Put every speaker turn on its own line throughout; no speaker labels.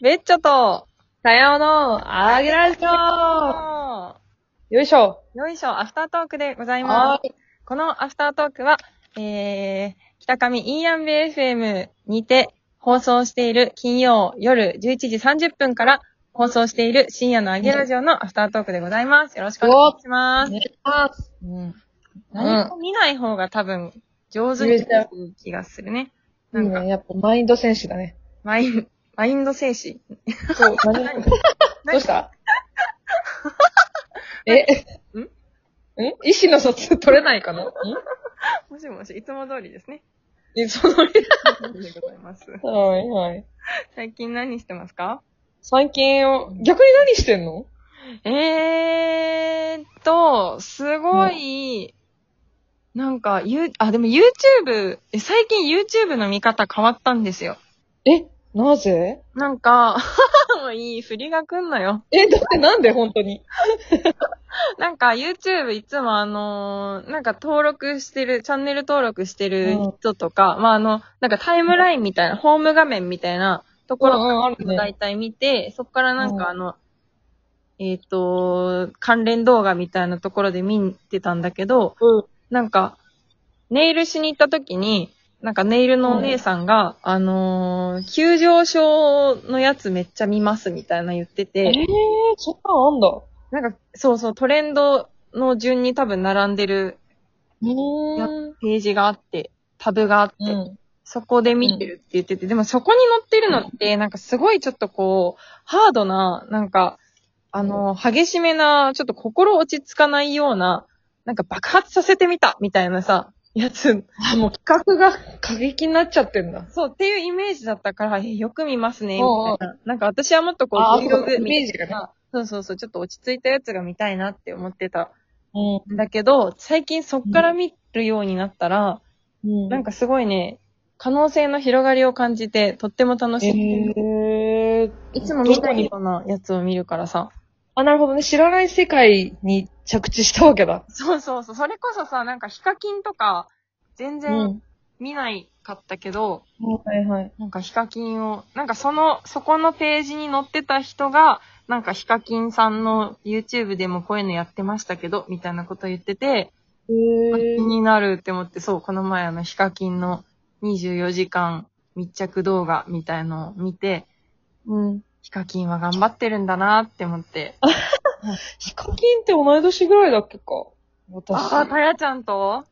ベッチョと、
さようの、あげられちゃうよいしょ
よいしょ、アフタートークでございま
は
す。このアフタートークは、えー、北上イーヤンベ FM にて放送している金曜夜11時30分から放送している深夜のアゲラジオのアフタートークでございます。よろしくお願いしま
ー
す。
い。します。
うん、何も見ない方が多分上手にできる気がするね。
い
ないんか
ね、やっぱマインド選手だね。
マイン、マインド精神。
そう、 何もどうしたえ
ん
ん意思の疎通取れないかなん
もしもし、いつも通り ですね。
いつも通り
でございます。
はいはい。
最近何してますか
最近、逆に何してんの
えーっと、すごい、なんか、ゆ、あ、でも YouTube、え最近 YouTube の見方変わったんですよ。
えなぜ
なんか、 もういい振りが来んのよ。
え、だってなんで本当に
なんか YouTube いつもあのーなんか登録してる、チャンネル登録してる人とか、まああの、なんかタイムラインみたいな、ホーム画面みたいなところ
ん、あ
を大。体見て、そっからなんかあの、えっ、と、関連動画みたいなところで見てたんだけど、
うん。
なんか、ネイルしに行った時に、なんかネイルのお姉さんが、あのー急上昇のやつめっちゃ見ますみたいな言って
え
て、
ー、そんなんあんだ。
なんか、そうそう、トレンドの順に多分並んでる
うーん。
ページがあって、タブがあって、
うん。
そこで見てるって言ってて、でもそこに載ってるのって、なんかすごいちょっとこう、ハードな、なんか、あのー、激しめな、ちょっと心落ち着かないような、なんか爆発させてみた、みたいなさ、やつ
あ、もう企画が過激になっちゃってんだ。
そう、っていうイメージだったから、えよく見ますね、み
おうおう
たいな。なんか私はもっとこう、
あ
Vlog
そう
み
かイ
たい
メージがね
な。そうそうそう、ちょっと落ち着いたやつが見たいなって思ってた
うん
だけど、最近そっから見るようになったら、
うん
なんかすごいね、可能性の広がりを感じて、とっても楽しい。
えー、
いつも見
ど
な
こ
い
に
ようなやつを見るからさ。
あ、なるほどね。知らない世界に着地したわけだ。
そうそうそう。それこそさ、なんかヒカキンとか、全然。見ないかったけど、
はいはい。
なんかヒカキンを、なんかその、そこのページに載ってた人が、なんかヒカキンさんの YouTube でもこういうのやってましたけど、みたいなこと言ってて、
え
気
ー、
になるって思って、そう、この前あのヒカキンの24時間密着動画みたいのを見て、
うん。
ヒカキンは頑張ってるんだなって思って。
ヒカキンって同い年ぐらいだっけか
ああ、
私。
たやちゃんと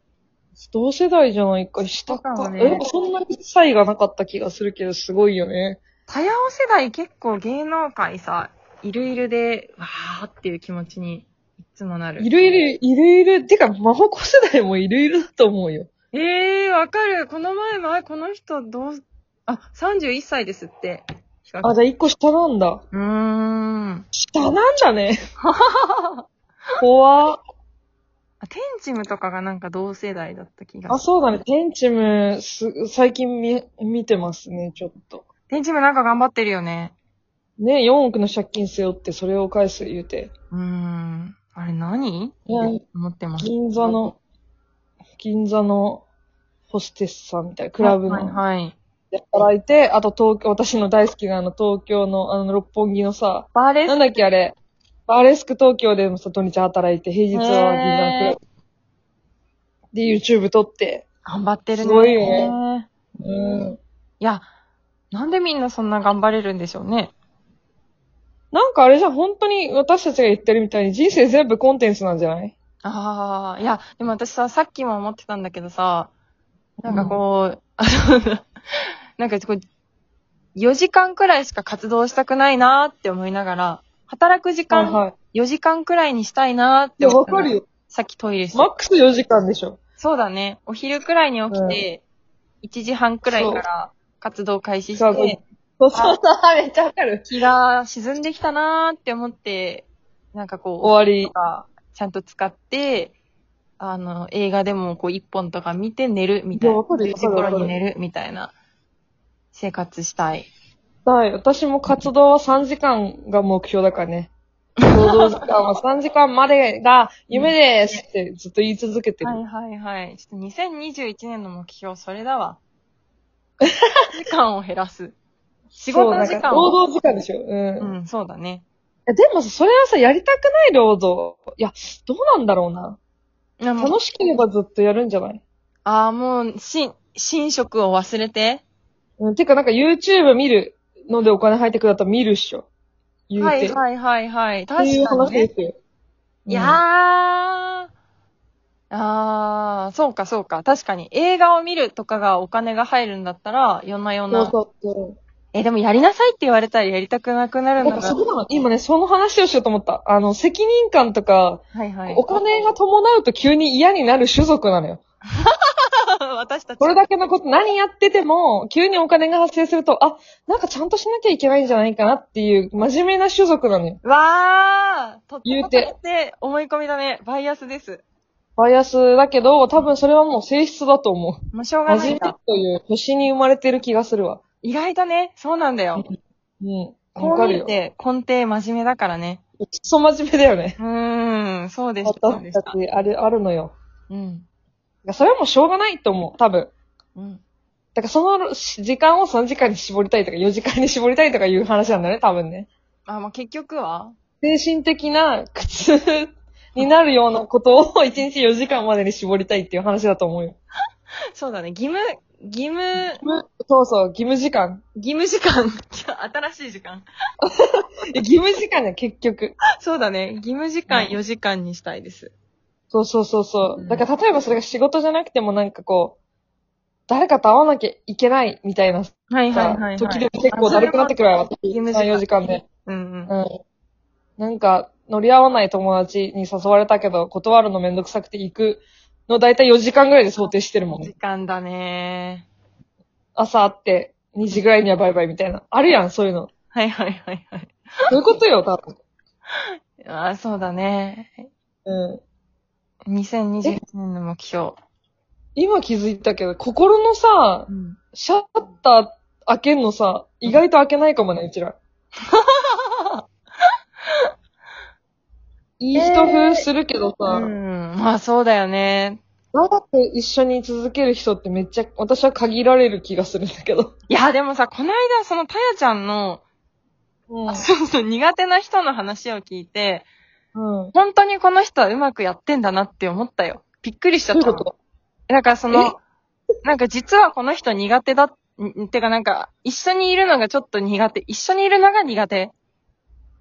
同世代じゃないか。下か。
そうかもね
え、そんなに差異がなかった気がするけど、すごいよね。
たやお世代結構芸能界さ、いるいるで、わーっていう気持ちにいつもなる。
いるいる、いるいる。てか、真帆子世代もいるいるだと思うよ。
ええー、わかる。この前前、この人どう、あ、31歳ですって。
あ、じゃあ一個下なんだ。
うーん。
下なん だね。怖っ。
あ、テンチムとかがなんか同世代だった気が
あ、
する。
そうだね。テンチム、す、最近見、見てますね、ちょっと。
テンチムなんか頑張ってるよね。
ね、4億の借金背負ってそれを返す言うて。
うーん。あれ何
いや
思ってます。
銀座の、銀座のホステスさんみたいな、クラブ
はいはい
の、
はい。
で働いて、あと東京、私の大好きなあの東京の、あの六本木のさ、
バーレ
なん
ス
だっけあれ、バーレスク東京でもさ、土日働いて、平日は銀座のクラ
へー
ブ。で、YouTube 撮って。
頑張ってるね。
すごいよね。うん。
いや、なんでみんなそんな頑張れるんでしょうね。
なんかあれじゃん、本当に私たちが言ってるみたいに人生全部コンテンツなんじゃない
ああ、いや、でも私さ、さっきも思ってたんだけどさ、なんかこう、あの、 なんかこう、4時間くらいしか活動したくないなーって思いながら、働く時
はい
間
はい。
4時間くらいにしたいなーっ
い
て
や、
思
わ
ったの
かるよ。
さっきトイレして。
マックス4時間でしょ。
そうだね。お昼くらいに起きて、1時半くらいから活動開始
そ
し
うそう
て、
そうそう、めっちゃわかる。
日が沈んできたなーって思って、なんかこう、
終わり
と。か、ちゃんと使って、あの、映画でもこう一本とか見て寝るみたい
い
な。
やわかる
10
よ
時頃に寝るみたいな生活したい。
はい。私も活動は3時間が目標だからね。労働時間は3時間までが夢ですってずっと言い続けてる。
はいはいはい。ちょっと2021年の目標、それだわ。時間を減らす。仕事の時
そうなんか
間
労
を。
働時間でしょ。うん。
う
い
ん、そうだね。
やでもさ、それはさ、やりたくない労働。いや、どうなんだろうな。
あもう
楽しければずっとやるんじゃない
あー、もう、し、寝食を忘れて。
うん。てかなんか YouTube 見るのでお金入ってくるだったら見るっしょ。言うて。
はいはいはいはい。確
っていう
かに、
話
ね
で。すよ。
いやー。あー、そうかそうか。確かに。映画を見るとかがお金が入るんだったら、夜な
う
夜
ん、そう
な。
そうそう。
え、でもやりなさいって言われたらやりたくなくなるん
なん
だ
か
な
そ。こなの。今ね、その話をしようと思った。あの、責任感とか、
はいはい。
お金が伴うと急に嫌になる種族なのよ。
私たち。
これだけのこと何やってても、急にお金が発生すると、あ、なんかちゃんとしなきゃいけないんじゃないかなっていう、真面目な種族なのよ。
わーとって
言
も
うて
これって思い込みだね。バイアスです。
バイアスだけど、多分それはもう性質だと思う。
もうしょうがないん
真面目
だ。
という星に生まれてる気がするわ。
意外だね。そうなんだよ。
うん。
こ
わ
う
か
見
る
え
よ。
て根底真面目だからね。
クソ真面目だよね。
うーん、そうでした。そうでし
私
たた
ち、あれ、あるのよ。
うん。
それはもうしょうがないと思う、多分。
うん。
だからそのし時間を3時間に絞りたいとか4時間に絞りたいとかいう話なんだね、多分ね。
あ、まあ、結局は
精神的な苦痛になるようなことを1日4時間までに絞りたいっていう話だと思うよ。
そうだね。義務、義務、
そうそう、義務時間。
義務時間。新しい時間。
え義務時間ね、結局。
そうだね。義務時間
うん
4時間にしたいです。
そうそうそうそうう。
ん
だから例えばそれが仕事じゃなくてもなんかこう、誰かと会わなきゃいけないみたいなさ、
はいはいはい、はい。
時々結構だるくなってくるわよ、
義務
3、
時間
4時間で。
うんうん。
うん。なんか、乗り合わない友達に誘われたけど、断るのめんどくさくて行くのだいたい4時間ぐらいで想定してるもんね
時。間だね。
朝会って、2時ぐらいにはバイバイみたいな。あるやん、そういうの。
はいはいはいはい。
そういうことよ、多分。
あーそうだね。
うん。
2021年の目標。
今気づいたけど、心のさ
う、ん。
シャッター開けんのさ、意外と開けないかもね、うち ら。いい人風するけどさ、
うん。まあそうだよね。
長く一緒に続ける人ってめっちゃ、私は限られる気がするんだけど。
いや、でもさ、この間、その、たやちゃんの、
うん
そうそう、苦手な人の話を聞いて、
うん。
本当にこの人はうまくやってんだなって思ったよ。びっくりしちゃ
どう
っ
い
た。
うこと
だからその、なんか実はこの人苦手だ、んてかなんか、一緒にいるのがちょっと苦手、一緒にいるのが苦手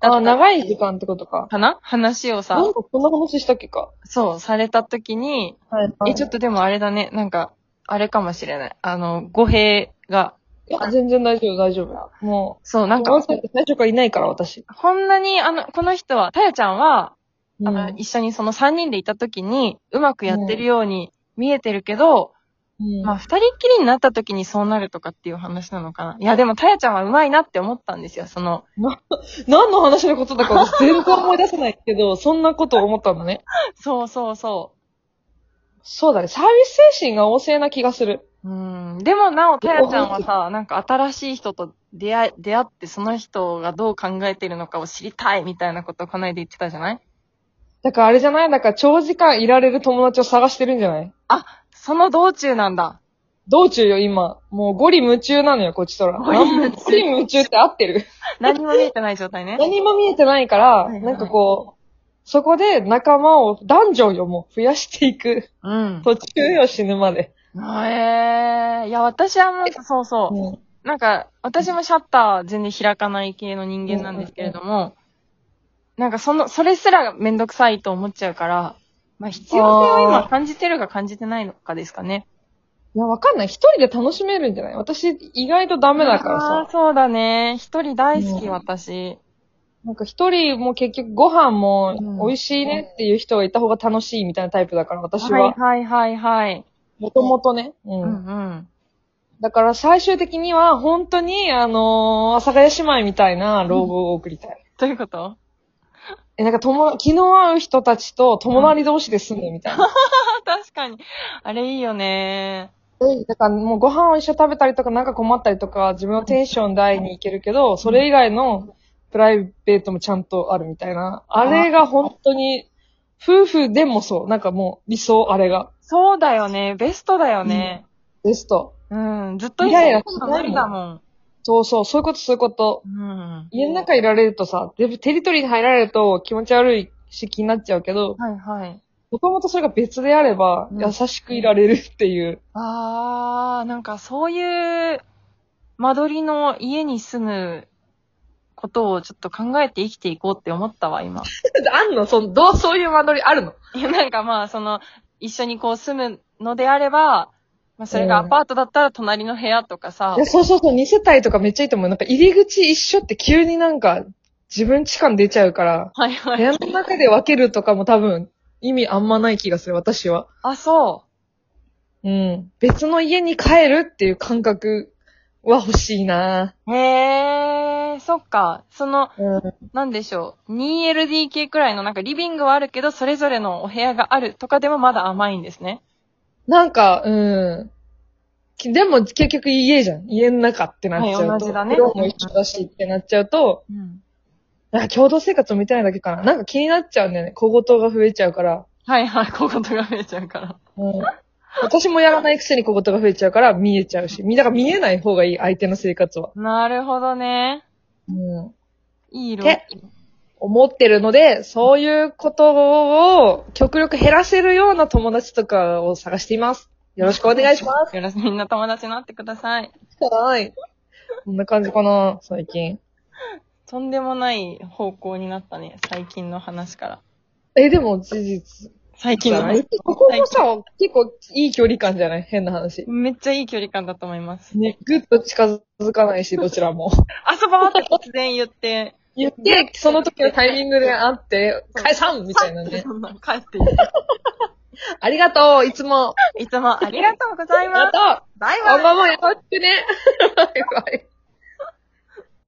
だ
あ、
った
長い時間ってことか。
かな話を
な
さ
ん、かこんな話したっけか。
そう、された時に、
はい、
え、ちょっとでもあれだね、なんか、あれかもしれない。あの、語弊が、
いや、全然大丈夫、大丈夫。も
そう、
う。
なん
ワン
か
さ、んって最初からいないから、私。
こんなに、あの、この人は、たやちゃんは、あ
う
の、
ん
一緒にその3人でいた時に、うまくやってるように見えてるけど、まあ2人っきりになった時にそうなるとかっていう話なのかな。いやでも、たやちゃんはうまいなって思ったんですよ。その、
何の話のことだか私全然思い出せないけど、そ んなこと思ったんだね。
そうそうそ
そうだね。サービス精神が旺盛な気がする。
う。うん。でもなお、たやちゃんはさ、なんか新しい人と出会い、出会ってその人がどう考えてるのかを知りたいみたいなことをこの間言ってたじゃない
だからあれじゃないだから長時間いられる友達を探してるんじゃない
その道中なんだ。
道中よ、今。もうゴリ夢中なのよ、こっちとら。
ゴリ夢中
ゴリ夢中って合ってる
何も見 えてない状態ね。
何も見えてないから、
いはい
なんかこう、そこで仲間を、男女よ、もう増やして いく。
うん。
途中よ、死ぬまで。
ええいや、私はもう、そうそう。
うん
なんか、私もシャッター全然開かない系の人間なんですけれども、なんかその、それすらめんどくさいと思っちゃうから、まあ必要性を今感じてるか感じてないのかですかね。
いや、わかんない。一人で楽しめるんじゃない私、意外とダメだから
あー
さ。
そうだね。一人大好き、
うん
私。
なんか一人も結局ご飯も
うん
美味しいねっていう人がいた方が楽しいみたいなタイプだから、私
はい
は。
はいはいはい。
もともとね。う。
うんんうん。
だから最終的には、本当に、あのー、阿佐ヶ谷姉妹みたいな老後を送りたい。
どういうこと
え、なんか友、昨日会う人たちと友達同士で住んでみたいな。
あ確かに。あれいいよね。
うんだからもうご飯を一緒に食べたりとか、なんか困ったりとか、自分のテンションで会いに行けるけど、それ以外のプライベートもちゃんとあるみたいな。あれが本当に、夫婦でもそう。なんかもう理想、あれが。
そうだよね。ベストだよね。
ベスト。
うん。ずっと
イライラ
一緒にいるの無理だもん。
そうそう、そういうこと、そういうこと。
うん。
家の中いられるとさ、でテリトリーに入られると気持ち悪いし気になっちゃうけど、
はいはい。
もともとそれが別であれば、
うん
優しくいられるっていう。
あー、なんかそういう間取りの家に住むことをちょっと考えて生きていこうって思ったわ、今。
あんのその、どう、そういう間取りあるの
いや、なんかまあ、その、一緒にこう住むのであれば、まあ、それがアパートだったら隣の部屋とかさ
いや、、そうそうそう、2世帯とかめっちゃいいと思う。なんか入り口一緒って急になんか、自分地感出ちゃうから、
はいは
部
い。
屋の中で分けるとかも多分、意味あんまない気がする、私は。
あ、そ
うん。別の家に帰るっていう感覚は欲しいな
う。へー、そっか。その、
うん。
なんでしょう。2LDK くらいのなんかリビングはあるけど、それぞれのお部屋があるとかでもまだ甘いんですね。
なんか、うん。きでも結局家じゃん。家の中ってなっちゃうと。
はい同じだね
風呂も一緒だしってなっちゃうと、
うん。
なんか共同生活を見てないだけかな。なんか気になっちゃうんだよね。小言が増えちゃうから。
はいはい、こことが見えちゃうから。
うん。私もやらないくせに小言が増えちゃうから見えちゃうし。みだから見えない方がいい、相手の生活は。
なるほどね。
うん。
いい色。
て思ってるので、そういうことを極力減らせるような友達とかを探しています。よろしくお願いします。
よろしくみんな友達になってください。
はい。こんな感じかな、最近。
とんでもない方向になったね、最近の話から。
え、でも事実。
最近の話。
ここもさ、結構いい距離感じゃない変な話。
めっちゃいい距離感だと思います。
ね、ぐっと近づかないし、どちらも。
遊ぼうって突然言って、
言って、その時のタイミングで会って、解散みたいなね。
そんなの帰っていっ
ありがとういつも
ていつもありがとうござい
あ
ま
り
す。
がとう
バイバイ
今後もよろしくねバイバイ